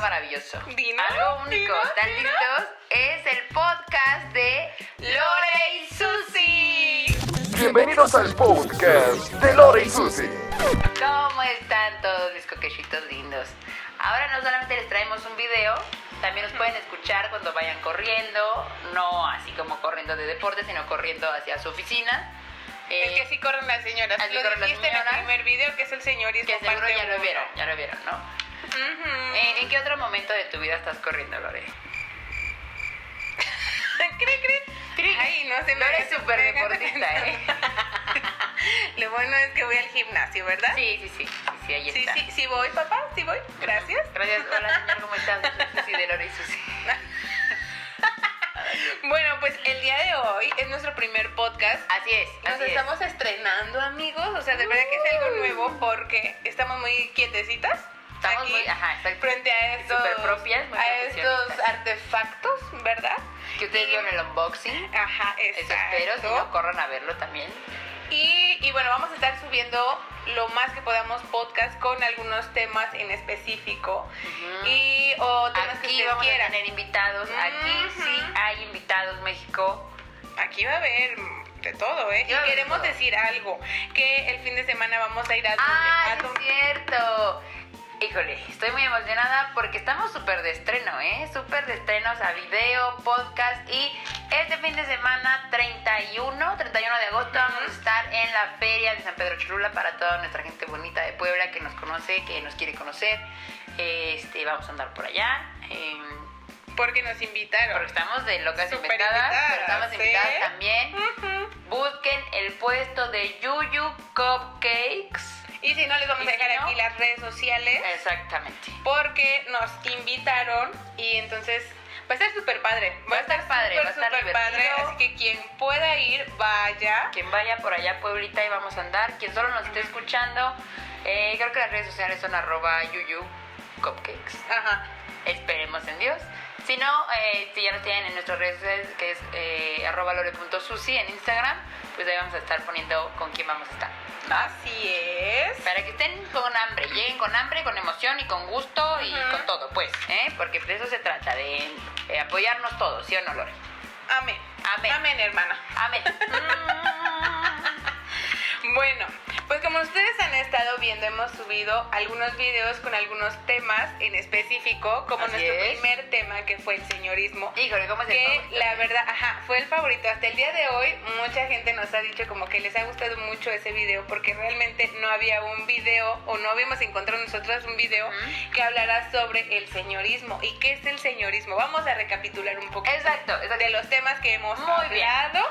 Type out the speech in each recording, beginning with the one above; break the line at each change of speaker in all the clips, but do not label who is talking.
maravilloso.
Dino,
Algo único.
dino,
¿Están
dino.
listos? Es el podcast de Lore y Susi.
Bienvenidos al podcast de Lore y Susi.
¿Cómo están todos mis coquechitos lindos? Ahora no solamente les traemos un video, también nos pueden escuchar cuando vayan corriendo, no así como corriendo de deporte, sino corriendo hacia su oficina.
Es
Eh,
que así corren las señoras.
así
Lo
corren las
dijiste en el
señoras.
primer video que es el señorismo.
que seguro
parte
ya lo
uno.
vieron, ya lo vieron, ¿no?
Ujú.
Eh, ¿En qué otro momento de tu vida estás corriendo, Lore?
Cri, cri. Ay, no se me
No eres
hagas-
súper
me hagas
deportista, ¿eh?
Lo bueno es que voy al gimnasio, ¿verdad?
Sí, sí, sí, sí, sí, ahí
sí,
está.
sí, sí voy, papá, sí voy. Gracias.
Gracias, hola señor, ¿cómo estás? Soy Susi de Lore y Susi.
Bueno, pues el día de hoy es nuestro primer podcast.
Así es, así
Nos
es. Uh.
estamos estrenando, amigos. O sea, de verdad que es algo nuevo porque estamos muy quietecitas.
Estamos
aquí
muy- ajá, exacto.
Frente a estos,
Súper propias, muy
a estos
profesionistas.
artefactos, ¿verdad?
Que ustedes vieron el unboxing.
Ajá,
Eso espero, si no
exacto.
corran a verlo también.
Y, y bueno, vamos a estar subiendo lo más que podamos podcast con algunos temas en específico.
Ujú.
Y o temas
Mm.
que
Aquí
ustedes
vamos a
quieran.
tener invitados. Aquí
Ujú.
sí hay invitados, México.
Aquí va a haber mm, de todo, ¿eh?
Aquí va a
Y
haber
queremos
todo.
decir algo, que el fin de semana vamos a ir a...
¡Ah,
a
sí es cierto! Híjole, estoy muy emocionada porque estamos súper de estreno, ¿eh? Súper de estrenos a video, podcast y este fin de semana 31, 31 de agosto vamos a estar en la feria de San Pedro Cholula para toda nuestra gente bonita de Puebla que nos conoce, que nos quiere conocer. Este, vamos a andar por allá. eh,
porque nos invitaron.
porque estamos de locas
Súper
invitadas, pero estamos
invitadas, ¿eh?
invitadas también.
Ujú.
Busquen el puesto de Yuyu Cupcakes.
Y si no, les vamos
Y
a
si
dejar
no-
aquí las redes sociales.
Exactamente.
porque nos invitaron y entonces va a estar súper padre.
Va a estar padre,
súper,
va a estar
súper padre.
divertido.
Así que quien pueda ir, vaya.
Quien vaya por allá, Pueblita, y vamos a andar. Quien solo nos esté escuchando, eh, creo que las redes sociales son arroba yuyu cupcakes.
Ajá.
Esperemos en Dios. Si no, eh, si ya nos tienen en nuestras redes sociales, que es eh, arroba lore.susi en Instagram, pues ahí vamos a estar poniendo con quién vamos a estar.
Así es.
Para que estén con hambre, lleguen con hambre, con emoción y con gusto y
Ujú.
con todo, pues, ¿eh? Porque de eso se trata, de eh, apoyarnos todos, ¿sí o no, Lore?
Amén.
Amén.
Amén, hermana.
Amén. Mm.
Bueno, pues como ustedes han estado viendo, hemos subido algunos videos con algunos temas en específico, como
Así
nuestro
es.
primer tema que fue el señorismo.
Híjole, ¿cómo se
que la verdad, ajá, fue el favorito. Hasta el día de hoy, mucha gente nos ha dicho como que les ha gustado mucho ese video porque realmente no había un video o no habíamos encontrado nosotros un video
Ujú.
que hablara sobre el señorismo. ¿Y qué es el señorismo? Vamos a recapitular un poco
Exacto, exacto.
de los temas que hemos
Muy bien.
hablado.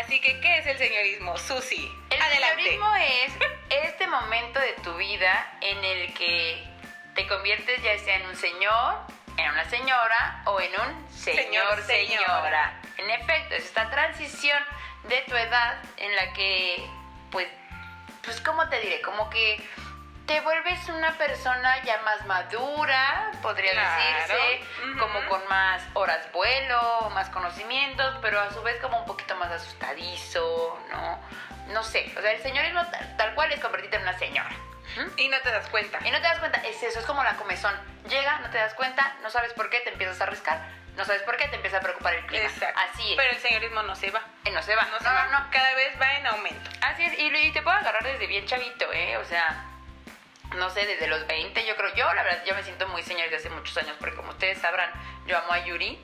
Así que, ¿qué es el señorismo? Susi,
El
adelante.
señorismo es este momento de tu vida en el que te conviertes ya sea en un señor, en una señora o en un señor,
Señor,
señora.
señora.
En efecto, es esta transición de tu edad en la que, pues, pues, ¿cómo te diré? Como que te vuelves una persona ya más madura, podría
Claro.
decirse,
Ujú.
como con más horas vuelo, más conocimientos, pero a su vez como un poquito más asustadizo, ¿no? No sé, o sea, el señorismo tal, tal cual es convertirte en una señora. ¿Mm?
Y no te das cuenta.
Y no te das cuenta, es eso, es como la comezón. Llega, no te das cuenta, no sabes por qué, te empiezas a arriscar, no sabes por qué, te empieza a preocupar el clima.
Exacto.
Así es.
Pero el señorismo no se va.
Eh, no se va,
No se va,
no, no.
cada vez va en aumento.
Así es, y, lo- y te puedo agarrar desde bien chavito, ¿eh? O sea, no sé, desde los 20, yo creo. Yo, la verdad, yo me siento muy señor desde hace muchos años, porque como ustedes sabrán, yo amo a Yuri.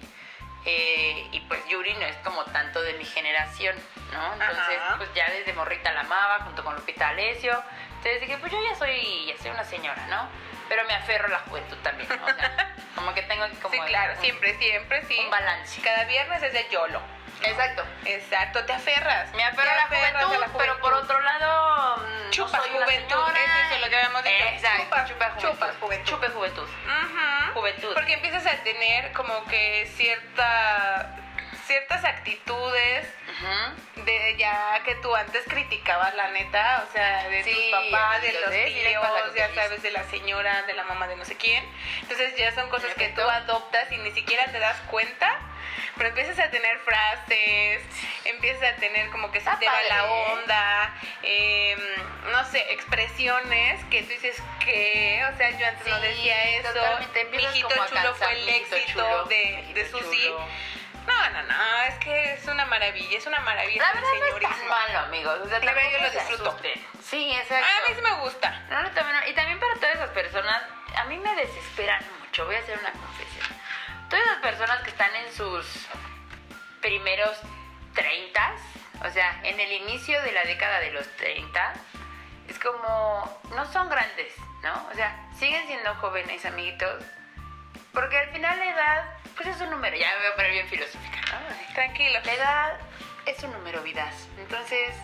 eh, y pues Yuri no es como tanto de mi generación, ¿no? Entonces,
Ajá.
pues ya desde morrita la amaba, junto con Lupita Alesio. Entonces dije, pues yo ya soy, ya soy una señora, ¿no? Pero me aferro a la juventud también, ¿no? O sea, como que tengo que como...
sí, claro,
un-
siempre, siempre, sí.
un balance.
Cada viernes es de YOLO.
Exacto.
Exacto, te aferras.
Me aferro
Te
a la,
aferras
juventud,
a la
pero por otro lado, mm, no
Chupas
soy una
juventud,
señora.
eso es lo que habíamos dicho.
Exacto,
Chupas-
chupa juventud.
chupas juventud.
Chupe juventud.
Ujú.
Juventud.
Porque empiezas a tener como que cierta, ciertas actitudes
Ujú.
de ya que tú antes criticabas la neta, o sea, de
Sí,
tus papás, de los
entonces, sí les pasa lo
tíos,
que
ya
dices.
sabes, de la señora, de la mamá, de no sé quién. Entonces ya son cosas que tú
Perfecto.
adoptas y ni siquiera te das cuenta, pero empiezas a tener frases, empiezas a tener como que se
Está
te va
padre,
la
¿eh?
onda, eh, no no sé, expresiones que tú dices que, o sea, yo antes no
Sí,
decía eso.
totalmente, empiezas
Mijito
como a
chulo
cansar,
fue el
mijito
éxito
chulo,
de, de
mijito
Susi.
chulo.
No, no, no, es que es una maravilla, es una maravilla.
La
es un
verdad no es tan
señorismo.
malo, amigos. O sea,
La verdad
tampoco
yo lo
se
disfruto.
asusten. Sí, exacto.
A mí sí me gusta.
No lo tomen- Y también para todas esas personas, a mí me desesperan mucho. Voy a hacer una confesión. Todas esas personas que están en sus primeros 30, o sea, en el inicio de la década de los 30, es como, no son grandes, ¿no? O sea, siguen siendo jóvenes, amiguitos, porque al final la edad, pues es un número, ya me voy a poner bien filosófica, ¿no? Así.
Tranquilo.
La edad es un número, vidas. Entonces,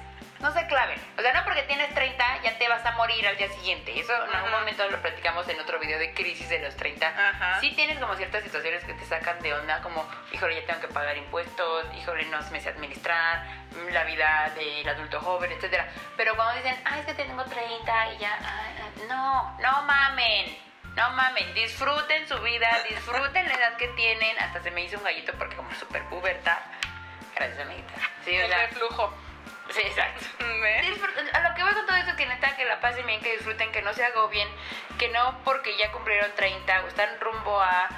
no se claven. O sea, no porque tienes 30 ya te vas a morir al día siguiente. Eso en algún
Ajá.
momento lo platicamos en otro video de crisis de los 30.
Ajá.
Sí tienes como ciertas situaciones que te sacan de onda, como, híjole, ya tengo que pagar impuestos, híjole, no me sé administrar, mm, la vida del adulto joven, etcétera. Pero cuando dicen, ah, es que tengo 30 y ya, ah, ah, no, no mamen. No mamen, disfruten su vida, disfruten la edad que tienen. Hasta se me hizo un gallito porque como super puberta. Gracias, amiguita. Sí, o
El
sea,
reflujo. Mm, ¿eh?
sí, exacto.
¿Ves?
Disfruten- A lo que voy con todo esto, que neta, que la pasen bien, que disfruten, que no se agobien, que no porque ya cumplieron 30 o están rumbo a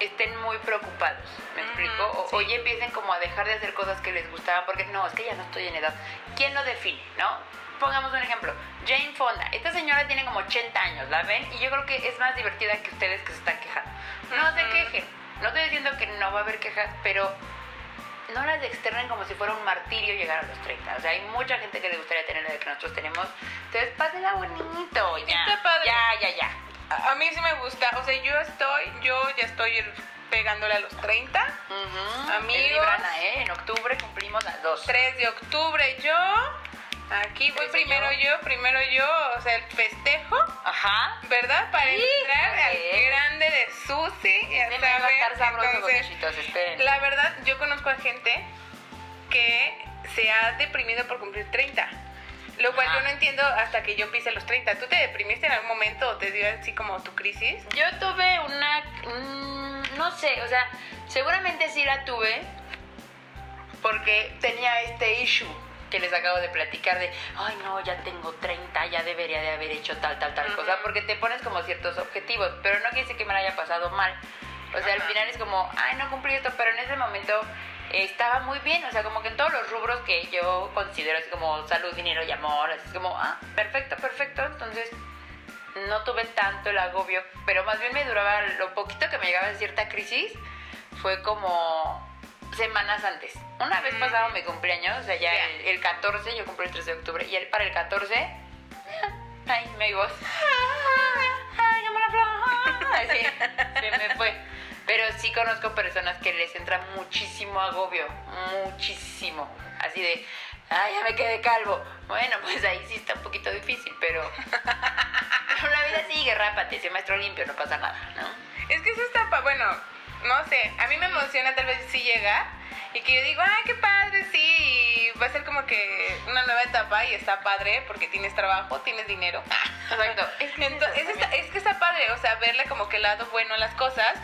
estén muy preocupados, ¿me
Ujú,
explico? O, o
sí.
ya empiecen como a dejar de hacer cosas que les gustaban, porque no, es que ya no estoy en edad. ¿Quién lo define, no? Pongamos un ejemplo, Jane Fonda. Esta señora tiene como 80 años, ¿la ven? Y yo creo que es más divertida que ustedes que se están quejando. No se
Ujú.
quejen, no estoy diciendo que no va a haber quejas, pero no las externen como si fuera un martirio llegar a los 30. O sea, hay mucha gente que le gustaría tener la edad que nosotros tenemos. Entonces, pásenla bonito. Ya,
está padre.
ya, ya, ya.
A a mí sí me gusta. O sea, yo estoy, yo ya estoy pegándole a los 30.
Ujú.
Amigos.
Es Librana, ¿eh? En octubre cumplimos las dos.
3 de octubre yo. Aquí voy
Trece
primero yo. primero yo. O sea, el festejo,
Ajá.
¿verdad? Para
Híjole.
entrar al grande de Susi. Ya
Este me va a
saben.
estar sabroso,
Entonces,
boquillitos, esperen.
la verdad, yo conozco a gente que se ha deprimido por cumplir 30. Lo cual
Ajá.
yo no entiendo hasta que yo pise los 30. ¿Tú te deprimiste en algún momento o te dio así como tu crisis?
Yo tuve una... mm, no sé, o sea, seguramente sí la tuve porque tenía este issue que les acabo de platicar de, ay no, ya tengo 30, ya debería de haber hecho tal, tal, tal
Ujú.
cosa, porque te pones como ciertos objetivos, pero no quiere decir que me la haya pasado mal. O sea, al
Ajá.
final es como, ay, no cumplí esto, pero en ese momento eh, estaba muy bien, o sea, como que en todos los rubros que yo considero así como salud, dinero y amor, así es como, ah, perfecto, perfecto, entonces no tuve tanto el agobio, pero más bien me duraba lo poquito que me llegaba en cierta crisis, fue como semanas antes. Una vez
Mm.
pasado mi cumpleaños, o sea, ya
Ya.
el, el 14, yo cumplo el 3 de octubre, y él para el 14, ay, me voz. Ay, no me la afloja. Así, se me fue. Pero sí conozco personas que les entra muchísimo agobio, muchísimo. Así de, ay, ya me quedé calvo. Bueno, pues ahí sí está un poquito difícil, pero pero la vida sigue, rápate, semestre limpio, no pasa nada, ¿no?
Es que eso está pa- bueno, no sé, a mí me emociona tal vez si llega y que yo digo, ay, qué padre, sí, y va a ser como que una nueva etapa y está padre porque tienes trabajo, tienes dinero.
Exacto. Es que es
Entonces,
eso
es, está- es que está padre, o sea, verle como que el lado bueno a las cosas,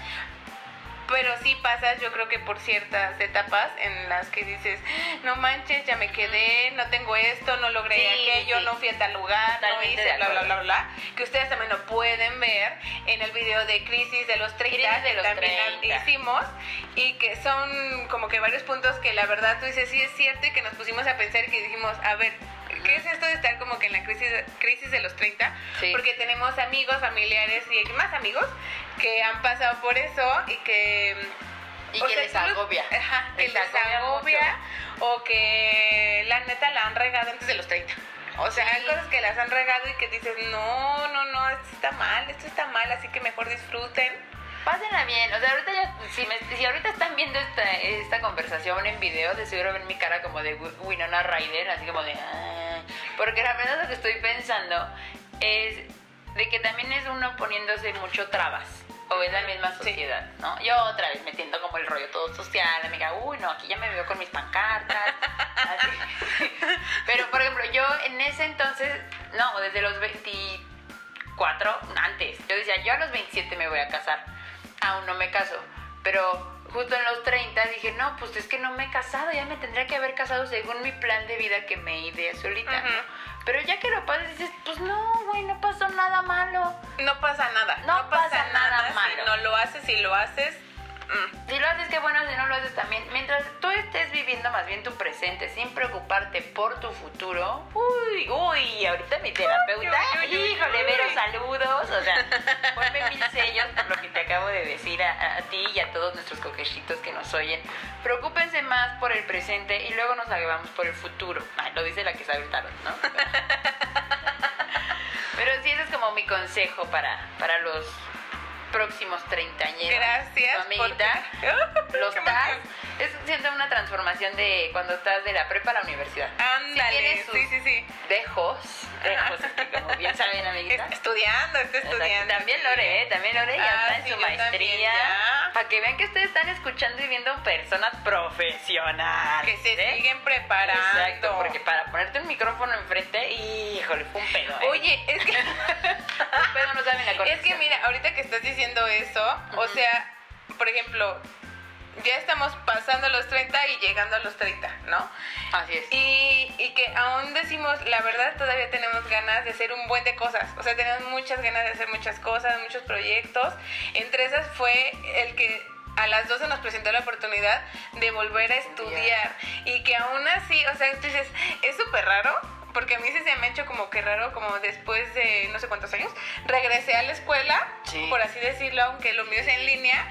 pero sí pasas yo creo que por ciertas etapas en las que dices, no manches, ya me quedé, no tengo esto, no logré
Sí,
aquello,
sí.
no fui a tal lugar,
Totalmente
no
de
hice, bla, bla,
acuerdo.
bla, bla, que ustedes también lo pueden ver en el video de Crisis de los 30,
Crisis de
que
los
también
30.
hicimos, y que son como que varios puntos que la verdad tú dices, sí es cierto, y que nos pusimos a pensar y que dijimos, a ver, ¿qué es esto de estar como que en la crisis, crisis de los 30?
Sí.
Porque que tenemos amigos, familiares y más amigos que han pasado por eso y que... mm,
Y
o
que les
tú los-
agobia.
Ajá, que
Les
les,
agobia
agobia, o que la neta la han regado antes de los 30. O sea, hay
Sí.
cosas que las han regado y que dices, no, no, no, esto está mal, esto está mal, así que mejor disfruten.
Pásenla bien. O sea, ahorita ya, si, me- si ahorita están viendo esta, esta conversación en video, de seguro ven mi cara como de Wi- Winona Ryder, así como de. "Ah". Porque la verdad lo que estoy pensando es de que también es uno poniéndose mucho trabas. O es la misma
Sí.
sociedad, ¿no? Yo otra vez metiendo como el rollo todo social, amiga, uy, no, aquí ya me veo con mis pancartas. así. Pero, por ejemplo, yo en ese entonces, no, desde los 24, antes, yo decía, yo a los 27 me voy a casar. Aún no me caso. Pero justo en los 30 dije, no, pues es que no me he casado, ya me tendría que haber casado según mi plan de vida que me ideé solita. ¿no?
Ujú.
Pero ya que lo pasas, dices, pues no, güey, no pasó nada malo.
No pasa nada.
No pasa nada malo.
si no lo haces, si lo haces. mm.
Si lo haces, qué bueno, si no lo haces también. Mientras tú estés viviendo más bien tu presente sin preocuparte por tu futuro. Uy, uy, ahorita mi terapeuta.
Uy, uy, uy, uy,
híjole,
uy.
Vero, saludos. O sea, ponme mil sellos por lo que te acabo de decir a, a ti y a todos nuestros coquechitos que nos oyen. Preocúpense más por el presente y luego nos agravamos por el futuro. Ah, lo dice la que sabe el tarot, ¿no? Pero sí, ese es como mi consejo para, para los próximos treintañeros.
Gracias.
Tu amiguita.
porque-
Los
Qué
TAS
emoción.
es siento una transformación de cuando estás de la prepa a la universidad.
Ándale.
tienes sus-
sí, sí, sí.
Dejos, dejos, que como bien saben, amiguita.
Es- Estudiando, está estudiando.
También Lore, ¿eh? también Lore ya
Ah,
está en
sí,
su
yo también,
maestría.
ya.
Para que vean que ustedes están escuchando y viendo personas profesionales.
Que se
¿eh?
siguen preparando.
Exacto, porque para ponerte un micrófono enfrente, híjole, fue un pedo. ¿eh?
Oye, es que,
Fue un pedo no saben la
es que
conexión.
mira, ahorita que estás diciendo eso, o
Ujú.
sea, por ejemplo, ya estamos pasando los 30 y llegando a los 30, ¿no?
Así es.
Y, y que aún decimos, la verdad todavía tenemos ganas de hacer un buen de cosas. O sea, tenemos muchas ganas de hacer muchas cosas, muchos proyectos. Entre esas fue el que a las 12 nos presentó la oportunidad de volver a estudiar. Y que aún así, o sea, tú dices, es súper raro. Porque a mí sí se me ha hecho como que raro, como después de no sé cuántos años, regresé a la escuela,
Sí.
por así decirlo, aunque lo mío es en línea,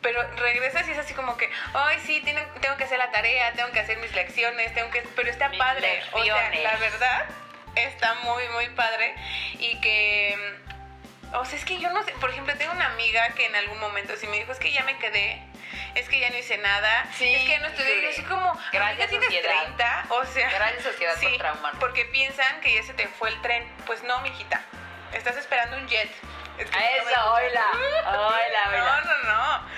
pero regresas y es así como que, ay, sí, tiene- tengo que hacer la tarea, tengo que hacer mis lecciones, tengo que... Pero está
Mis
padre, o sea,
lecciones.
la verdad, está muy, muy padre. Y que, mm, o sea, es que yo no sé, por ejemplo, tengo una amiga que en algún momento sí me dijo, es que ya me quedé, es que ya no hice nada,
Sí,
es que ya no estudié, Y yo así como,
Gracias,
amiga, tienes
sociedad.
30, o sea...
Gracias, sociedad, por traumarnos.
porque piensan que ya se te fue el tren. Pues no, mijita, estás esperando un jet. Es
A
no me
eso,
escuchas.
hola. Hola, hola.
No, no, no.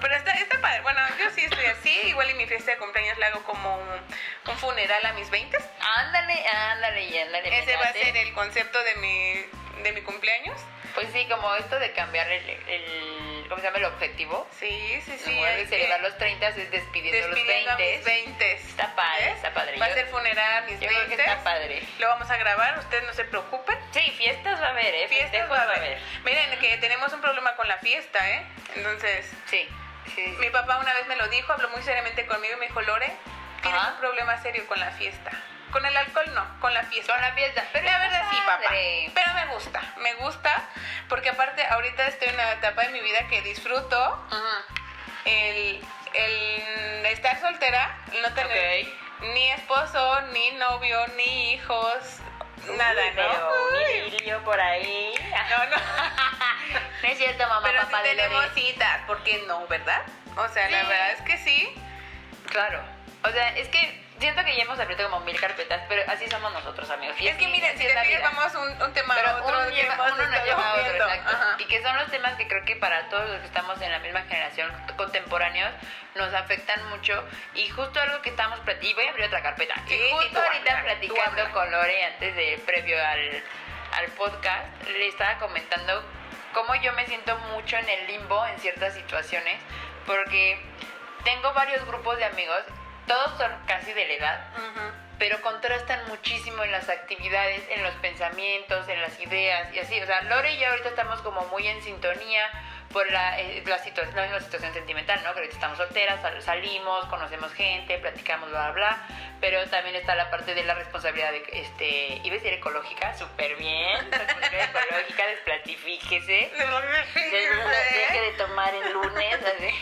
Pero está, está padre. Bueno, yo sí estoy así. Igual en mi fiesta de cumpleaños le hago como un, un funeral a mis 20.
Ándale, ándale y ándale.
Ese
me
va a
late.
ser el concepto de mi, de mi cumpleaños.
Pues sí, como esto de cambiar el, el- ¿cómo se llama? El objetivo.
Sí, sí,
en
sí.
lugar de
es
celebrar
que
los 30 es despidiendo,
despidiendo
los
a
20.
mis 20.
Está padre,
¿Ves?
está padre.
Va a
Yo-
ser funeral a mis
Yo creo que
20.
está padre.
Lo vamos a grabar, ustedes no se preocupen.
Sí, fiestas va a haber, ¿eh?
Fiestas
Festejos
va a haber. Miren que tenemos un problema con la fiesta, ¿eh? Entonces,
Sí. sí.
mi papá una vez me lo dijo, habló muy seriamente conmigo y me dijo, Lore, tienes
Ajá.
un problema serio con la fiesta. Con el alcohol no, con la fiesta.
Con la fiesta. Pero
La verdad
está
sí, papá.
padre.
Pero me gusta, me gusta, porque aparte ahorita estoy en una etapa de mi vida que disfruto
Ajá.
el, el estar soltera, no tener ni esposo, ni novio, ni hijos, nada,
Uy,
¿no?
pero
Uy.
Un idilio por ahí.
No, no.
No es cierto, mamá,
Pero
papá
sí
de
tenemos
Lore.
citas, ¿por qué no, verdad? O sea, la
Sí.
verdad es que sí.
Claro. O sea, es que siento que ya hemos abierto como mil carpetas, pero así somos nosotros, amigos. Y
es que
así-
miren,
así
si
es
te
la
fijas,
vida.
vamos un, un tema a
pero
otro,
uno
que
lleva,
hemos
uno nos
estado
lleva a otro,
viendo.
exacto.
Ajá.
Y que son los temas que creo que para todos los que estamos en la misma generación contemporáneos nos afectan mucho. Y justo algo que estamos plat- y voy a abrir otra carpeta.
Sí,
y
sí,
justo
tú
ahorita
habla, tú
platicando
habla.
con Lore antes de previo al, al podcast, le estaba comentando cómo yo me siento mucho en el limbo en ciertas situaciones, porque tengo varios grupos de amigos, todos son casi de la edad,
Ujú.
pero contrastan muchísimo en las actividades, en los pensamientos, en las ideas y así. O sea, Lore y yo ahorita estamos como muy en sintonía por la, eh, la situación, la misma situación sentimental, ¿no? Que ahorita estamos solteras, sal- salimos, conocemos gente, platicamos, bla, bla, bla. Pero también está la parte de la responsabilidad, de, este, iba a decir ecológica, súper bien, responsabilidad ecológica, desplatifíquese deje de tomar el lunes, así.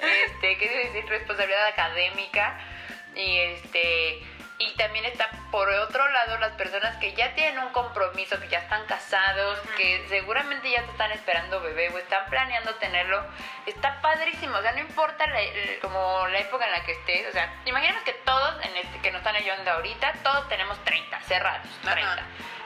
Este, ¿qué quiere decir? Responsabilidad académica. Y este. Y también está por otro lado las personas que ya tienen un compromiso, que ya están casados, que seguramente ya te están esperando bebé o están planeando tenerlo. Está padrísimo, o sea, no importa la- el- como la época en la que estés, o sea, imaginemos que todos en este, que nos están ayudando ahorita, todos tenemos 30, cerrados,
Ajá.
30.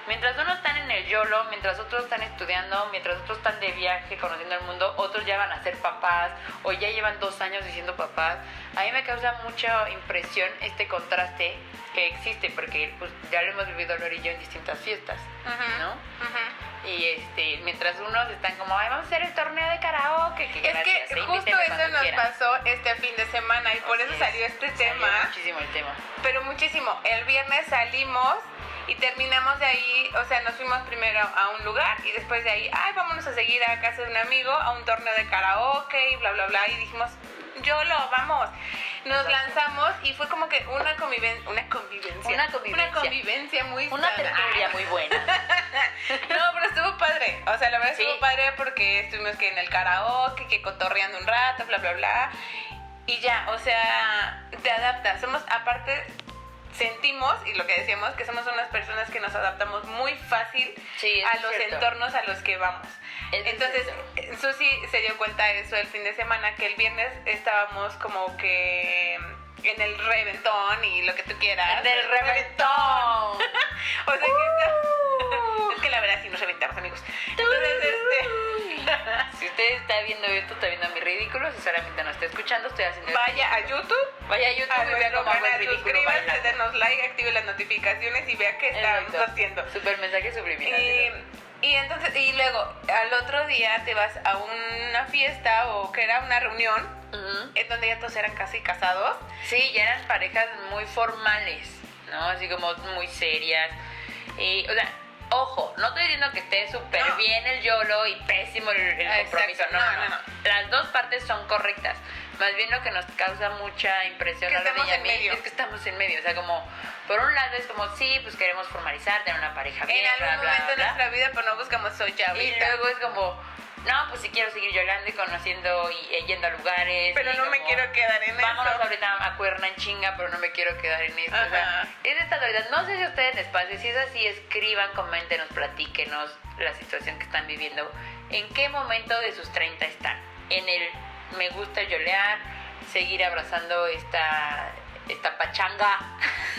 Mientras unos están en el YOLO, mientras otros están estudiando, mientras otros están de viaje, conociendo el mundo, otros ya van a ser papás o ya llevan dos años diciendo papás. A mí me causa mucha impresión este contraste que existe porque pues, ya lo hemos vivido Lori y yo en distintas fiestas,
Ujú.
¿no?
Ujú.
Y este, mientras unos están como, ay, vamos a hacer el torneo de karaoke. que
Es
gracias,
que
e
justo
invítenme
eso
cuando
nos
quieran".
pasó este fin de semana y por
Así
eso
es,
salió este
salió
tema.
muchísimo el tema.
Pero muchísimo. El viernes salimos Y terminamos de ahí, o sea, nos fuimos primero a un lugar y después de ahí, ay, vámonos a seguir a casa de un amigo, a un torneo de karaoke y bla, bla, bla. Y dijimos, yo lo, vamos. Nos lanzamos y fue como que una, conviven- una convivencia.
Una convivencia.
Una convivencia muy
Una
sana.
tertulia muy buena.
No, pero estuvo padre. O sea, la verdad
Sí.
estuvo padre porque estuvimos que en el karaoke, que cotorreando un rato, bla, bla, bla. Y ya, o sea, te adaptas. Somos, aparte, sentimos, y lo que decíamos, que somos unas personas que nos adaptamos muy fácil
Sí, eso
a
es
los
cierto.
entornos a los que vamos.
Eso es
Entonces, Susi se dio cuenta de eso el fin de semana, que el viernes estábamos como que en el reventón y lo que tú quieras.
Del reventón.
O sea que
¡Oh!
está- Es que la verdad sí nos reventamos, amigos. Entonces, este.
Si usted está viendo esto, está viendo a mi ridículo. Si solamente no está escuchando, estoy haciendo.
Vaya a YouTube.
Vaya a YouTube
A
y vea
nuestro
cómo hago el
canal,
ridículo.
suscríbase,
bailando.
denos like, active las notificaciones y vea qué estamos
Exacto.
haciendo.
Super mensaje subliminal.
Y, y entonces, y luego, al otro día te vas a una fiesta o que era una reunión,
Ujú.
en donde ya todos eran casi casados.
Sí, ya eran parejas muy formales, ¿no? Así como muy serias. Y, o sea, ojo, no estoy diciendo que esté súper
No.
bien el YOLO y pésimo el, el
Ah,
compromiso.
exacto.
No no,
No, no,
no. Las dos partes son correctas. Más bien lo que nos causa mucha impresión
Que
a Lorena y a
estamos en
mí
medio.
es que estamos en medio. O sea, como, por un lado es como, sí, pues queremos formalizar, tener una pareja bien,
en algún
bla, bla,
momento de
bla.
nuestra vida, pero no buscamos soya
Y
ahorita.
luego es como, no, pues sí quiero seguir llorando y conociendo y eh, yendo a lugares.
pero
y
no me
como-
quiero quedar en
Vámonos
eso.
ahorita a Cuerna en chinga, pero no me quiero quedar en esto.
Ajá.
O sea, es esta dualidad. No sé si ustedes les pase. Si es así, escriban, coméntenos, platíquenos la situación que están viviendo. ¿En qué momento de sus 30 están? ¿En el me gusta yolear? ¿Seguir abrazando esta, esta pachanga?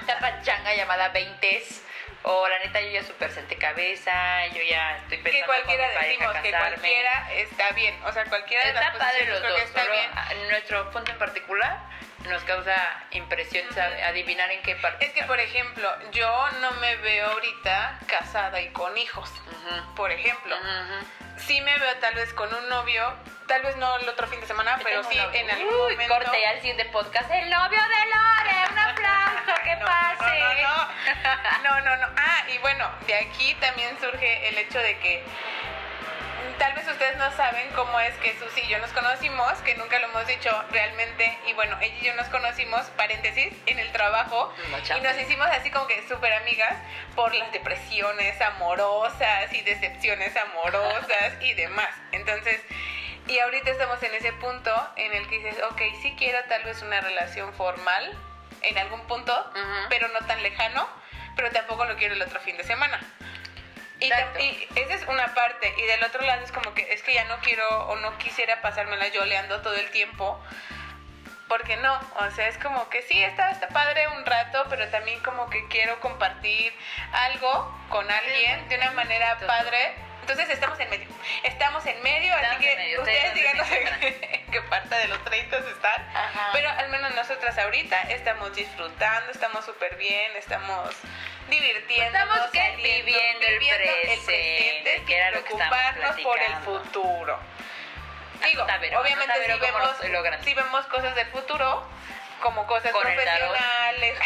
esta pachanga llamada 20s. O la neta, yo ya super senté cabeza. Yo ya estoy pensando
Que
con
cualquiera
mi pareja
decimos que
casarme.
cualquiera está bien. O sea, cualquiera de las
Está padre
posiciones
los
pues, creo
dos,
que está
solo
bien.
a- nuestro punto en particular nos causa impresión sabe- adivinar en qué parte.
Es que, por ejemplo, yo no me veo ahorita casada y con hijos.
Ujú,
Por ejemplo,
ujú.
sí me veo tal vez con un novio, tal vez no el otro fin de semana, pero
Tengo
sí
un novio.
en algún
Uy,
momento.
Corte al siguiente podcast. El novio de Lore, un aplauso, que
No,
pase.
No no, no, no, no, no. Ah, y bueno, de aquí también surge el hecho de que tal vez ustedes no saben cómo es que Susi y yo nos conocimos, que nunca lo hemos dicho realmente. Y bueno, ella y yo nos conocimos, paréntesis, en el trabajo.
En la
Y
chamba.
nos hicimos así como que súper amigas por las depresiones amorosas y decepciones amorosas y demás. Entonces... Y ahorita estamos en ese punto en el que dices, ok, sí quiero tal vez una relación formal en algún punto,
Ujú.
pero no tan lejano, pero tampoco lo quiero el otro fin de semana. Y, tam-
Exacto.
y esa es una parte. Y del otro lado es como que es que ya no quiero o no quisiera pasármela yo leando todo el tiempo. Porque no, o sea, es como que sí, está, está padre un rato, pero también como que quiero compartir algo con alguien de una manera
Exacto.
padre. Entonces estamos en medio. Estamos en medio, así
Estamos
que
en medio, ustedes
ustedes
dónde se
díganos en qué parte de los 30 están.
Ajá.
Pero al menos nosotras ahorita estamos disfrutando, estamos súper bien, estamos divirtiéndonos.
Estamos, ¿qué?
saliendo,
Viviendo el presente, que era
sin
lo que estábamos
preocuparnos por el
platicando. Ah,
futuro. Digo,
Anota, Vero,
obviamente
anota, Vero,
si
cómo lo
vemos,
estoy logrando.
si vemos cosas del futuro, como cosas
Con el tarot.
profesionales,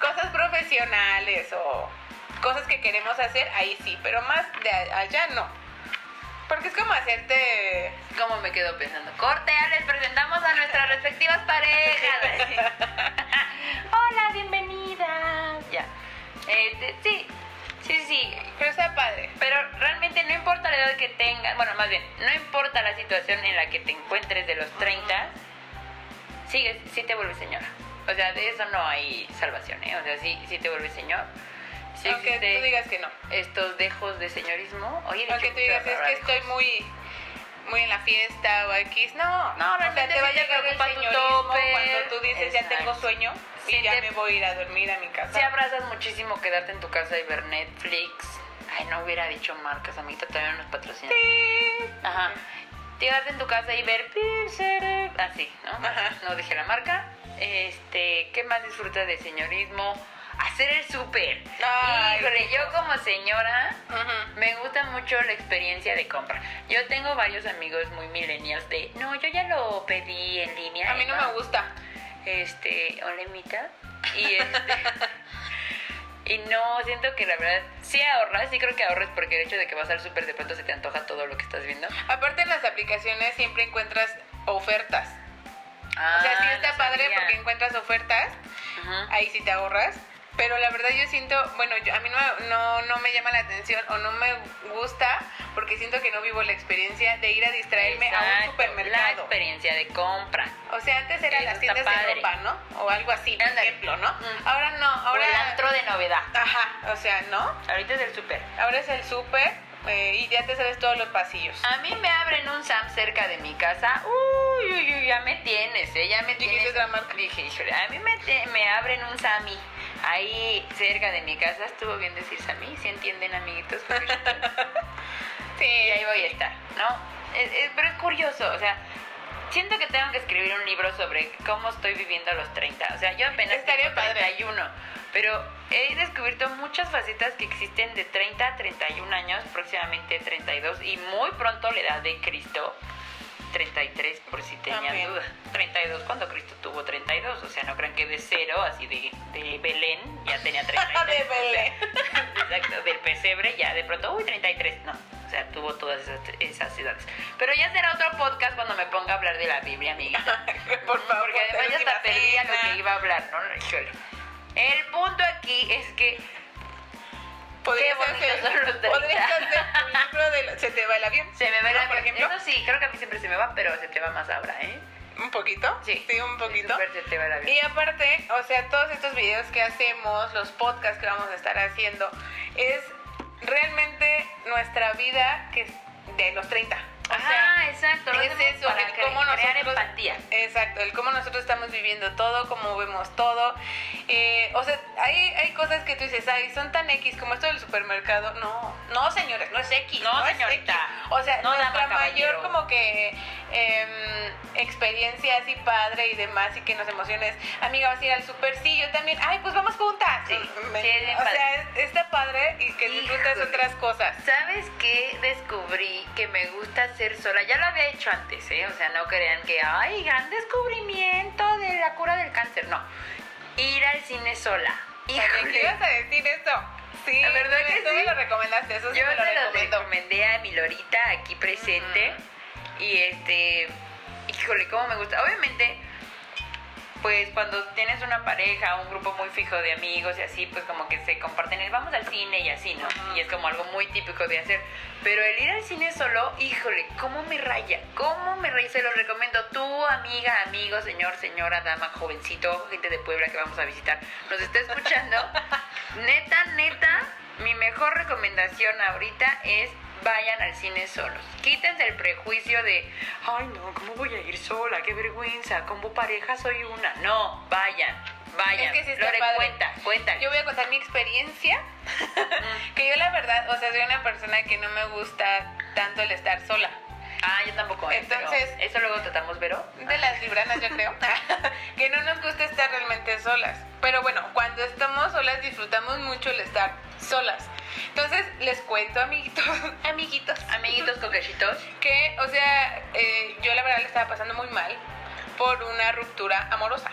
cosas profesionales o cosas que queremos hacer, ahí sí, pero más de a- allá no. Porque es como hacerte...
¿Cómo me quedo pensando? Corte, ya les presentamos a nuestras respectivas parejas. Hola, bienvenidas. Ya. Este, sí, sí, sí.
Pero está padre.
Pero realmente no importa la edad que tengas, bueno, más bien, no importa la situación en la que te encuentres de los 30, sigues, sí te vuelves señora. O sea, de eso no hay salvación, ¿eh? O sea, sí, sí te vuelves señor. Sí
aunque
existe
tú digas que no.
estos dejos de señorismo. Oye, he
Aunque
dicho
tú digas,
muchas
es que
palabras".
estoy muy muy en la fiesta o aquí. No,
No,
o sea,
realmente
te va a
sí te
llegar el
preocupa tu
señorismo
topper.
cuando tú dices, ya tengo
Exacto.
sueño y
Sí
ya
te-
me voy a ir a dormir a mi casa.
Si abrazas muchísimo quedarte en tu casa y ver Netflix. Ay, no hubiera dicho marcas, amiguita, todavía no nos patrocinan. Ajá. Quedarte en tu casa y ver Pixar, así, ¿no?
Ajá.
No dije la marca. Este, ¿qué más disfrutas de señorismo? Hacer el súper.
Ay,
Híjole, yo como señora
Ujú.
me gusta mucho la experiencia de compra. Yo tengo varios amigos muy millennials de, no, yo ya lo pedí en línea.
A mí no
¿no?
me gusta.
este, olemita. Y este. Y no, siento que la verdad sí ahorras, sí creo que ahorras porque el hecho de que vas al súper de pronto se te antoja todo lo que estás viendo.
Aparte en las aplicaciones siempre encuentras ofertas.
Ah,
o sea, sí está
no
padre
sabía.
porque encuentras ofertas,
Ajá.
ahí sí te ahorras. Pero la verdad yo siento, bueno, yo- a mí no, no, no me llama la atención o no me gusta porque siento que no vivo la experiencia de ir a distraerme a un
Exacto, La
supermercado.
experiencia de compra.
O sea, antes eran
Eso
las
está
tiendas de
padre.
ropa, ¿no? O algo así, por
Ándale.
ejemplo, ¿no?
Mm.
Ahora no,
Ahora,
ahora...
el antro de novedad.
Ajá, o sea, ¿no?
Ahorita es el súper.
Ahora es el súper eh, y ya te sabes todos los pasillos.
A mí me abren un Sam cerca de mi casa. Uy, uy, uy, ya me tienes, ¿eh? Ya me
Dijiste
tienes.
otra marca.
Dije, híjole, a mí me, te- me abren un Sammy. Ahí cerca de mi casa estuvo bien decir Sammy. Si entienden, amiguitos. Porque yo también. y
Sí,
ahí voy a estar, ¿no? Es- es- pero es curioso, o sea, siento que tengo que escribir un libro sobre cómo estoy viviendo a los 30. O sea, yo apenas
Estaría
tengo
padre.
31, pero he descubierto muchas facetas que existen de 30 a 31 años, próximamente 32, y muy pronto la edad de Cristo. 33 por si tenían
También.
duda. 32 cuando Cristo tuvo 32, o sea, no crean que de cero, así de, de Belén, ya tenía 32.
De Belén.
Exacto, del pesebre ya de pronto, uy, 33, no. O sea, tuvo todas esas, esas edades. Pero ya será otro podcast cuando me ponga a hablar de la Biblia, amiguita.
por favor.
Porque además ya hasta perdía lo que iba a hablar, ¿no? Híjole. El punto aquí es que
Podrías
Qué bonitos
hacer,
son los 30.
podrías hacer un libro de... la- ¿Se te va el avión?
se me va
¿No?
la
Por ejemplo,
Eso sí, creo que a mí siempre se me va, pero se te va más ahora, ¿eh?
un poquito.
Sí.
un poquito.
Súper se te va la
Y aparte, o sea, todos estos videos que hacemos, los podcasts que vamos a estar haciendo, es realmente nuestra vida que es de los 30. O sea,
Ajá, exacto. lo
es
hacemos
eso,
para
el
cre-
cómo
crear
nosotros-
empatía.
Exacto, el cómo nosotros estamos viviendo todo, cómo vemos todo. Eh, o sea, hay, hay cosas que tú dices, ay, son tan X como esto del supermercado. No, no, señores, no es X.
No,
es
señorita.
X. O sea,
No, dama,
nuestra mayor
caballero.
como que eh, experiencia así padre y demás y que nos emociones. Amiga, vas a ir al super, sí, yo también. Ay, pues vamos juntas.
Sí,
Me-
sí, es bien
o
padre.
sea, es- está padre y que disfrutas
Híjole.
otras cosas.
¿Sabes qué? Descubrí que me gusta ser sola. Ya lo había hecho antes, ¿eh? O sea, no crean que, ay, gran descubrimiento de la cura del cáncer. No. Ir al cine sola.
También, ¿Qué
Híjole.
ibas a decir eso? Sí,
La verdad
me-
que
tú me
sí.
lo recomendaste, eso sí
Yo
me lo
se los
recomiendo.
recomendé a mi Lorita aquí presente. Y este. Híjole, cómo me gusta. Obviamente. Pues cuando tienes una pareja, un grupo muy fijo de amigos y así, pues como que se comparten el vamos al cine y así, ¿no?
Ajá.
Y es como algo muy típico de hacer. Pero el ir al cine solo, híjole, ¿cómo me raya? ¿Cómo me raya? Se lo recomiendo. Tú, amiga, amigo, señor, señora, dama, jovencito, gente de Puebla que vamos a visitar, nos está escuchando. neta, neta, mi mejor recomendación ahorita es vayan al cine solos. Quítense el prejuicio de, ay no, ¿cómo voy a ir sola? Qué vergüenza, como pareja soy una. No, vayan, vayan.
Es que sí está
Lore,
padre.
cuenta, cuenta.
Yo voy a contar mi experiencia. que yo la verdad, o sea, soy una persona que no me gusta tanto el estar sola.
ah, yo tampoco. eh, pero
Entonces-
eso luego tratamos, Vero.
De las libranas, yo creo. que no nos gusta estar realmente solas. Pero bueno, cuando estamos solas disfrutamos mucho el estar solas. Entonces, les cuento, amiguitos, amiguitos,
Amiguitos coquechitos.
que, o sea, eh, yo la verdad le estaba pasando muy mal por una ruptura amorosa.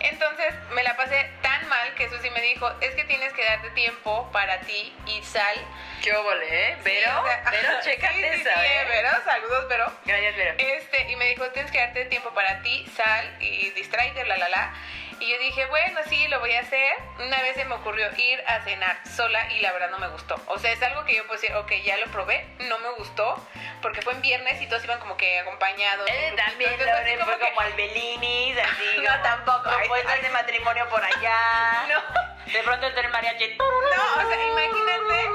Entonces me la pasé tan mal que Susi me dijo, es que tienes que darte tiempo para ti y sal.
Qué volé, ¿eh? Vero,
Sí, o sea,
Vero,
sí,
chécate
sí,
esa,
sí,
¿eh?
Vero, saludos, Vero.
Gracias, Vero.
Este, y me dijo, tienes que darte tiempo para ti, sal y distráete, la, la, la. Y yo dije, bueno, sí, lo voy a hacer. Una vez se me ocurrió ir a cenar sola y la verdad no me gustó. O sea, es algo que yo puedo decir, ok, ya lo probé, no me gustó, porque fue en viernes y todos iban como que acompañados. en
Eh,
grupito.
también
Entonces, así
Lore fue
que-
como al Belinis, así.
No, tampoco. pues,
Propuestas de matrimonio por allá.
No.
De pronto entró el mariachi.
No, o sea, imagínate,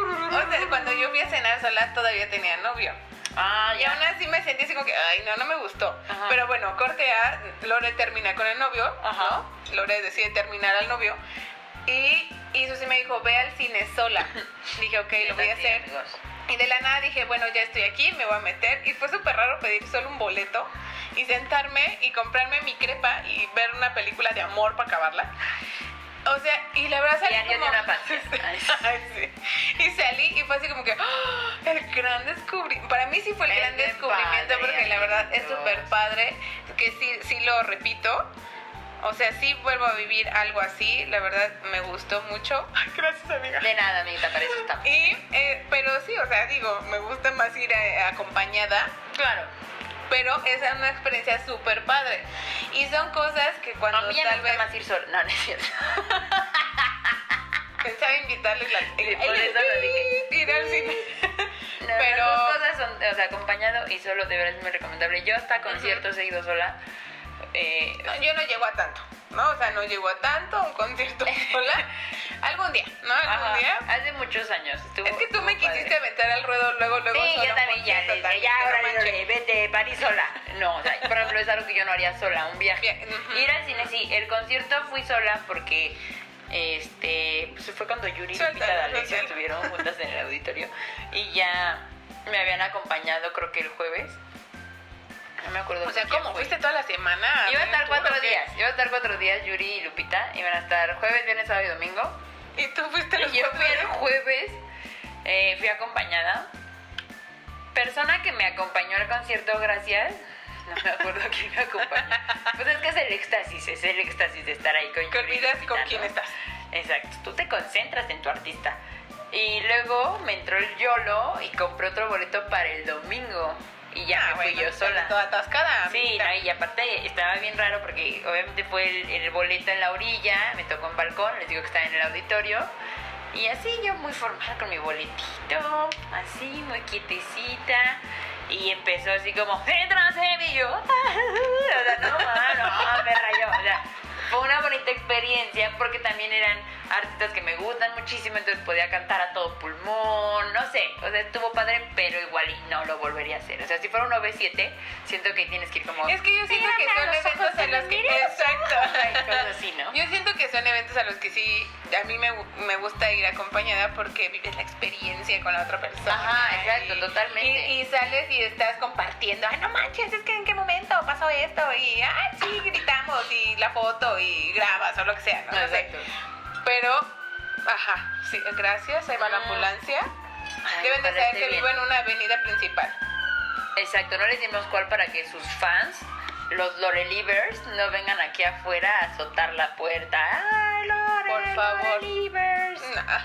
o sea, cuando yo fui a cenar sola todavía tenía novio.
Ah,
Y aún así me sentí así como que, ay, no, no me gustó.
Ajá.
Pero bueno, corte A, Lore termina con el novio,
Ajá.
¿no? Lore decide terminar al novio. Y, y Susi me dijo, ve al cine sola. dije, ok, lo voy a hacer. Y de la nada dije, bueno, ya estoy aquí, me voy a meter. Y fue súper raro pedir solo un boleto y sentarme y comprarme mi crepa y ver una película de amor para acabarla. O sea, y la verdad salí
Diario de
como...
una pasión. Ay, sí.
Ay, sí. Y salí y fue así como que... ¡ah! El gran descubrimiento. Para mí sí fue el
Es
gran
bien
descubrimiento
padre,
porque la verdad es
amigos.
súper padre. Que sí, sí lo repito. O sea, sí vuelvo a vivir algo así. La verdad, me gustó mucho. Gracias, amiga.
De nada, amiguita, para eso estamos.
Y, eh, pero sí, o sea, digo, me gusta más ir eh, acompañada,
Claro.
pero esa es una experiencia súper padre. Y son cosas que cuando
A mí ya me
tal
gusta
vez
más ir sola. No, no es cierto.
pensaba invitarles la,
Sí, por eso lo dije.
ir al cine.
No,
Pero-
Las dos cosas son, o sea, acompañado y solo de verdad es muy recomendable. Yo hasta conciertos he ido sola. Eh,
No, yo no llego a tanto, ¿no? O sea, no llego a tanto, un concierto sola. Algún día, ¿no? Algún
ajá,
día.
hace muchos años. estuvo-
Es que tú
estuvo
me quisiste
padre.
aventar al ruedo luego, luego.
Sí,
sola
yo
un
también ya,
concierto,
le dije,
también,
ya,
no
ahora
manches.
vete, París sola. No, o sea, por ejemplo, es algo que yo no haría sola, un viaje.
Bien, ujú.
Ir al cine, sí, el concierto fui sola porque, este, pues fue cuando Yuri y
Suéltalo,
Lupita D'Alessio
suéltalo.
estuvieron juntas en el auditorio y ya me habían acompañado creo que el jueves. No me acuerdo.
O sea,
qué día
¿cómo?
fue.
¿Fuiste toda la semana?
Iba a estar
¿Tú,
cuatro
o qué?
días, iba a estar cuatro días Yuri y Lupita, iban a estar jueves, viernes, sábado y domingo.
Y tú fuiste los
Y yo
cuatro
fui el
días?
jueves, eh, fui acompañada. Persona que me acompañó al concierto, gracias. No me acuerdo quién me acompañó. Pues es que es el éxtasis, es el éxtasis de estar ahí con
Que
Yuri y
olvidas
Lupita,
con
¿no?
quién estás.
Exacto, tú te concentras en tu artista. Y luego me entró el YOLO y compré otro boleto para el domingo. Y ya
Ah,
me fui
bueno,
yo sola.
Toda atascada.
Sí,
amiguita.
no, y aparte estaba bien raro porque obviamente fue el, el boleto en la orilla, me tocó en balcón, les digo que estaba en el auditorio. Y así yo muy formal con mi boletito, así muy quietecita. Y empezó así como, entras heavy, y yo, o sea, no, ma, no, me rayó. O sea, fue una bonita experiencia porque también eran artistas que me gustan muchísimo, entonces podía cantar a todo pulmón, no sé, o sea, estuvo padre, pero igual y no lo volvería a hacer. O sea, si fuera un OV7, siento que tienes que ir como...
Es que yo siento que
Mírame a
son
los
eventos
ojos
a
y
los que.
mírame. Ay, cosas
Exacto.
así, ¿no?
Yo siento que son eventos a los que sí, a mí me, gu- me gusta ir acompañada porque vives la experiencia con la otra persona.
Ajá, exacto,
y-
totalmente.
Y, y sales y estás compartiendo, ay, no manches, es que en qué momento pasó esto y, ay, sí, gritamos y la foto y grabas o lo que sea, ¿no? No sé.
Exacto.
Pero, ajá, sí, gracias, ahí va la
Mm.
ambulancia.
Ay,
Deben
ojalá
de saber
esté
que
bien.
vivo en una avenida principal.
Exacto, no les dimos cuál para que sus fans, los Lorelivers, no vengan aquí afuera a azotar la puerta. ¡Ay, Lore!
Por favor.
Lorelivers!
Nah,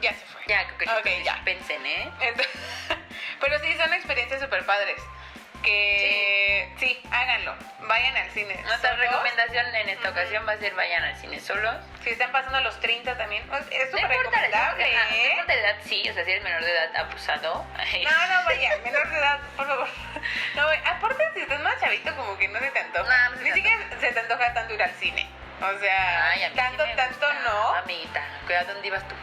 ya se fue.
Ya, coquetitos,
Ok, ya.
dispensen, ¿eh?
Ent- Pero sí, son experiencias súper padres. Que sí. háganlo. Vayan al cine.
Nuestra
Solos.
recomendación en esta
Ujú.
ocasión va a ser vayan al cine solos.
Si están pasando los 30 también, pues, es
No
súper
importa la edad,
recomendable.
ajá,
¿eh?
menor de edad sí, o sea, si eres menor de edad abusado.
No, no vayan, menor de edad, por favor. No, vayan. aparte, si estás más chavito, como que no se te antoja.
No, no se
Ni
te
siquiera se te antoja tanto ir al cine. O sea,
Ay, a mí sí
tanto,
me
tanto
gusta,
no.
Amiguita, cuidado dónde ibas tú.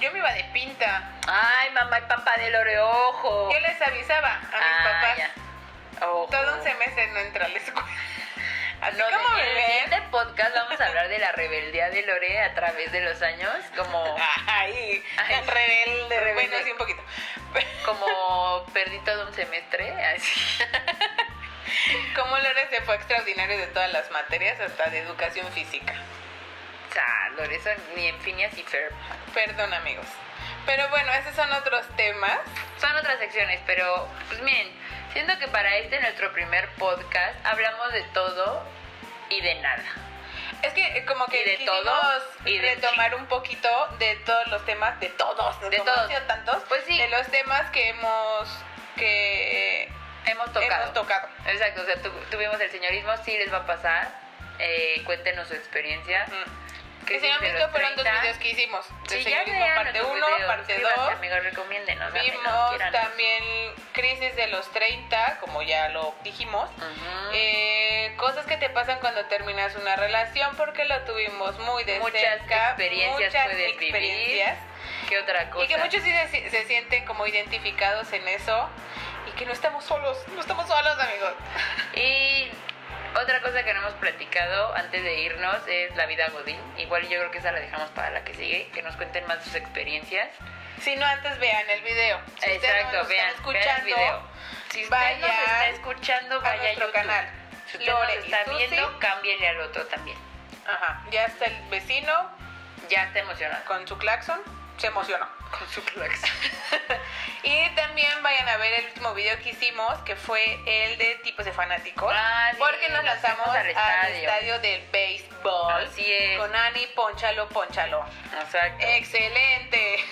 Yo me iba de pinta.
Ay, mamá y papá del oreojo.
Yo les avisaba a mis
Ah,
papás.
ya. Ojo.
Todo un semestre no entré a la escuela. Así
Ah, No,
como
en el
bebé.
siguiente podcast vamos a hablar de la rebeldía de Lore a través de los años, como,
Ay,
Ay,
tan rebelde.
rebelde.
Bueno, sí, un poquito.
como perdí todo un semestre, así.
Como Lore se fue extraordinario de todas las materias, hasta de educación física.
O sea, Lore, eso ni en fin ni así, Fer.
Perdón, amigos. Pero bueno, esos son otros temas.
Son otras secciones, pero pues miren, siento que para este nuestro primer podcast hablamos de todo y de nada.
Es que eh, como que
Y de
quisimos
todos, y de
retomar un poquito de todos los temas, de todos,
De
como
todos.
han sido tantos,
Pues sí.
de los temas que hemos que eh,
Hemos tocado.
hemos tocado.
Exacto, o sea, tu- tuvimos el señorismo, sí les va a pasar. Eh, cuéntenos su experiencia.
Mm.
¿Qué
Que si no han
dice
visto
los
fueron dos
30?
videos que hicimos. De
Sí, ya
seguidismo,
vean
parte
nuestros
1,
videos,
parte
suscríbanse,
2.
Amigos, recomiéndenos. ámenos,
Vimos
quiéranos.
también crisis de los 30, como ya lo dijimos.
Ujú.
Eh, cosas que te pasan cuando terminas una relación porque lo tuvimos muy de
Muchas
cerca,
experiencias
muchas
puedes vivir.
experiencias
¿Qué otra cosa?
y que muchos sí se, se sienten como identificados en eso y que no estamos solos, no estamos solos amigos.
Y otra cosa que no hemos platicado antes de irnos es la vida Godín. Igual yo creo que esa la dejamos para la que sigue, que nos cuenten más sus experiencias.
Si no antes vean el video. Si ustedes no nos
vean,
están
vean el video. Si usted nos
vayan
está escuchando,
a
vaya
nuestro
YouTube.
canal,
Si usted
Lore
nos
y
está
Susi.
viendo, cámbiale al otro también.
Ajá, ya está el vecino
Ya está emocionado.
con su claxon. se emocionó.
Con su claxon.
y también vayan a ver el último video que hicimos, que fue el de tipos de fanáticos.
Ah, sí,
porque nos
nos
lanzamos
fuimos
al
al
estadio,
estadio.
del béisbol.
Así es.
Con Ani, ponchalo, ponchalo.
Exacto.
Excelente.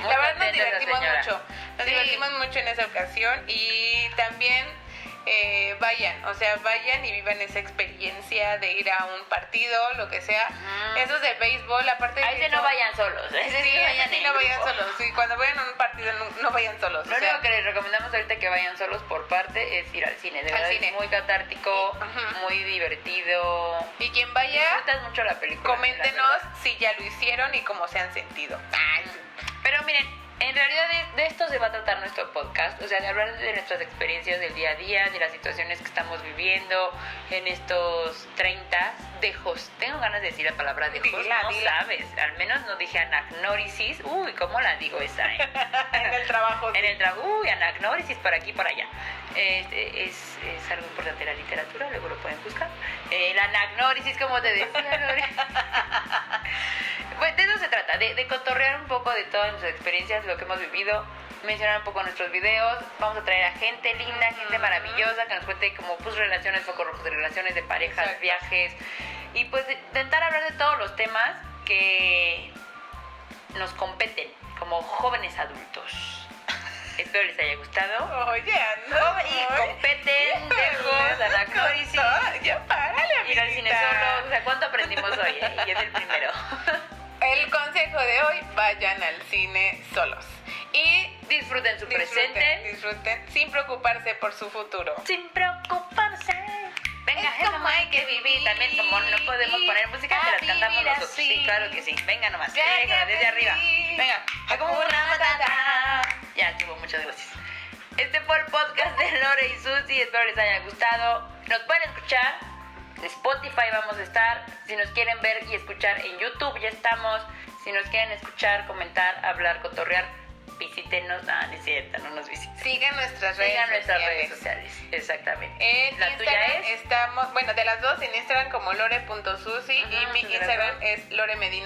Muy
la verdad
contenta
nos
esa
divertimos
señora.
mucho. Nos
Sí.
divertimos mucho en esa ocasión y también eh, vayan, o sea, vayan y vivan esa experiencia de ir a un partido, lo que sea.
Ujú.
Eso es de béisbol, aparte de
A
que
ese Ah, no
son-
vayan solos. A ese sí,
Sí,
vayan
sí,
en
no vayan
grupo.
solos. Sí, cuando vayan a un partido no, no vayan solos.
Lo
o sea,
único que les recomendamos ahorita que vayan solos por parte es ir al cine. De
Al
verdad
cine.
es muy catártico,
Ajá.
muy divertido.
Y quien vaya,
Disfrutas mucho la película. la
coméntenos
verdad.
si ya lo hicieron y cómo se han sentido.
Pero miren, en realidad de, de esto se va a tratar nuestro podcast, o sea, de hablar de nuestras experiencias del día a día, de las situaciones que estamos viviendo en estos 30 dejos. Tengo ganas de decir la palabra dejos,
Dila,
no
dila.
sabes, al menos no dije anagnórisis. Uy, ¿cómo la digo esa? eh?
en el trabajo.
en el trabajo, uy, anagnórisis para aquí y para allá. Este, es, es algo importante en la literatura, luego lo pueden buscar. El anagnórisis, como te decía, Lore. Pues de eso se trata, de, de cotorrear un poco de todas nuestras experiencias, lo que hemos vivido, mencionar un poco nuestros videos. Vamos a traer a gente linda, gente
Ujú.
maravillosa, que nos cuente como pues relaciones poco rojas, relaciones de parejas,
Exacto.
viajes. Y pues de- intentar hablar de todos los temas que nos competen como jóvenes adultos. Espero les haya gustado. Oh,
Oye, ando.
Y competen, dejos, anaclorisis,
Ya párale,
ir al cine
amiguita.
solo. O sea, ¿cuánto aprendimos hoy? eh? Y es el primero.
El consejo de hoy, vayan al cine solos. Y
Disfruten su
disfruten,
presente
disfruten sin preocuparse por su futuro.
sin preocuparse. Venga,
Es
eso
como
hay
hay
que
que
vivir. También, como no podemos poner música,
a
se las cantamos
vivir
nosotros. Sí,
así.
claro que sí. Venga nomás.
Ya hay
Venga,
que
desde arriba.
vivir.
Venga,
Hakuna
Hakuna Matata. Ya estuvo, muchas gracias. Este fue el podcast de Lore y Susi. Espero les haya gustado. Nos pueden escuchar. En Spotify vamos a estar. Si nos quieren ver y escuchar en YouTube, ya estamos. Si nos quieren escuchar, comentar, hablar, cotorrear, visítenos. Ah, No, no es cierto, no nos visiten.
Sigan nuestras redes
Sigan nuestras
sociales. Eh,
redes sociales. Exactamente.
En
La tuya
Instagram
es.
estamos, bueno, de las dos, en Instagram como lore.susi y
Ajá,
mi
de las
Instagram
dos.
es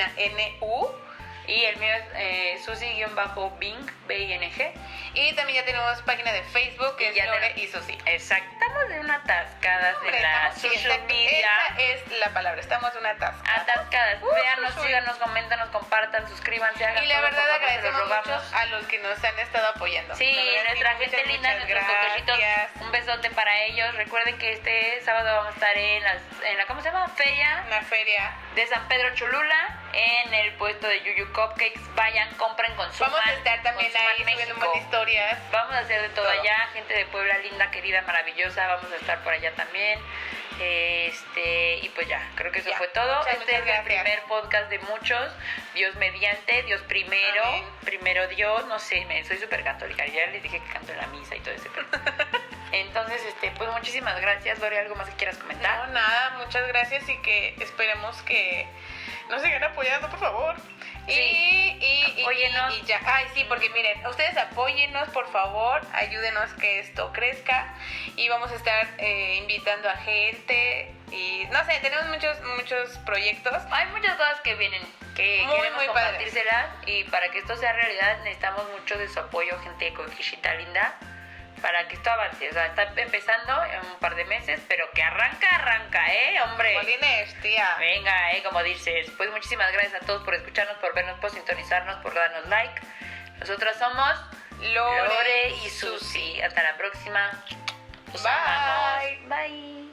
loremedinanu.
Y el mío es eh, Susi-Bing, B-I-N-G.
Y también ya tenemos página de Facebook que
Y
es
ya
Lore
tenemos-
y Susi.
Exacto. Estamos de una atascada
Hombre,
en la
estamos- sí,
social
exacto.
media.
Esa es la palabra, estamos una tasca.
Atascadas.
Uh,
Véanos,
sí.
síganos, coméntanos, compartan, suscríbanse, hagan
Y la
todo,
verdad
por favor, se los
agradecemos mucho
rogamos.
a los que nos han estado apoyando.
Sí,
La verdad,
nuestra
muchas,
gente linda,
muchas
nuestros coquecitos.
gracias.
Un besote para ellos. Recuerden que este sábado vamos a estar en, las, en la, ¿cómo se llama? Feria.
Una feria.
de San Pedro Cholula en el puesto de Yuyu Cupcakes. Vayan, compren, consuman.
Vamos a estar también
consuman
ahí subiendo un
México.
montón de historias.
Vamos a hacer de todo,
Todo.
allá, gente de Puebla linda, querida, maravillosa, vamos a estar por allá también. Este, y pues ya, creo que eso
Ya.
fue todo.
Muchas,
este
muchas
es el
gracias.
primer podcast de muchos. Dios mediante, Dios primero,
Amén.
primero Dios, no sé, me, soy súper católica. Ya les dije que canto en la misa y todo ese pedo. Entonces, este, pues muchísimas gracias, Lore, ¿algo más que quieras comentar?
No, nada, muchas gracias y que esperemos que nos sigan apoyando, por favor. Y,
Sí.
y, y-
Apóyenos.
y, y ya. Ay, sí, porque miren, ustedes apóyennos, por favor, ayúdenos que esto crezca y vamos a estar eh, invitando a gente y no sé, tenemos muchos muchos proyectos.
Hay muchas cosas que vienen que
Muy,
queremos
muy
compartírselas y para que esto sea realidad necesitamos mucho de su apoyo, gente coquillita linda, para que esto avance. O sea, está empezando en un par de meses, pero que arranca, arranca, ¿eh, hombre?
Molines, tía.
Venga, ¿eh? Como dices. Pues muchísimas gracias a todos por escucharnos, por vernos, por sintonizarnos, por darnos like. Nosotras somos
Lore,
Lore y Susi. Hasta la próxima. Los
Bye.
amamos. Bye.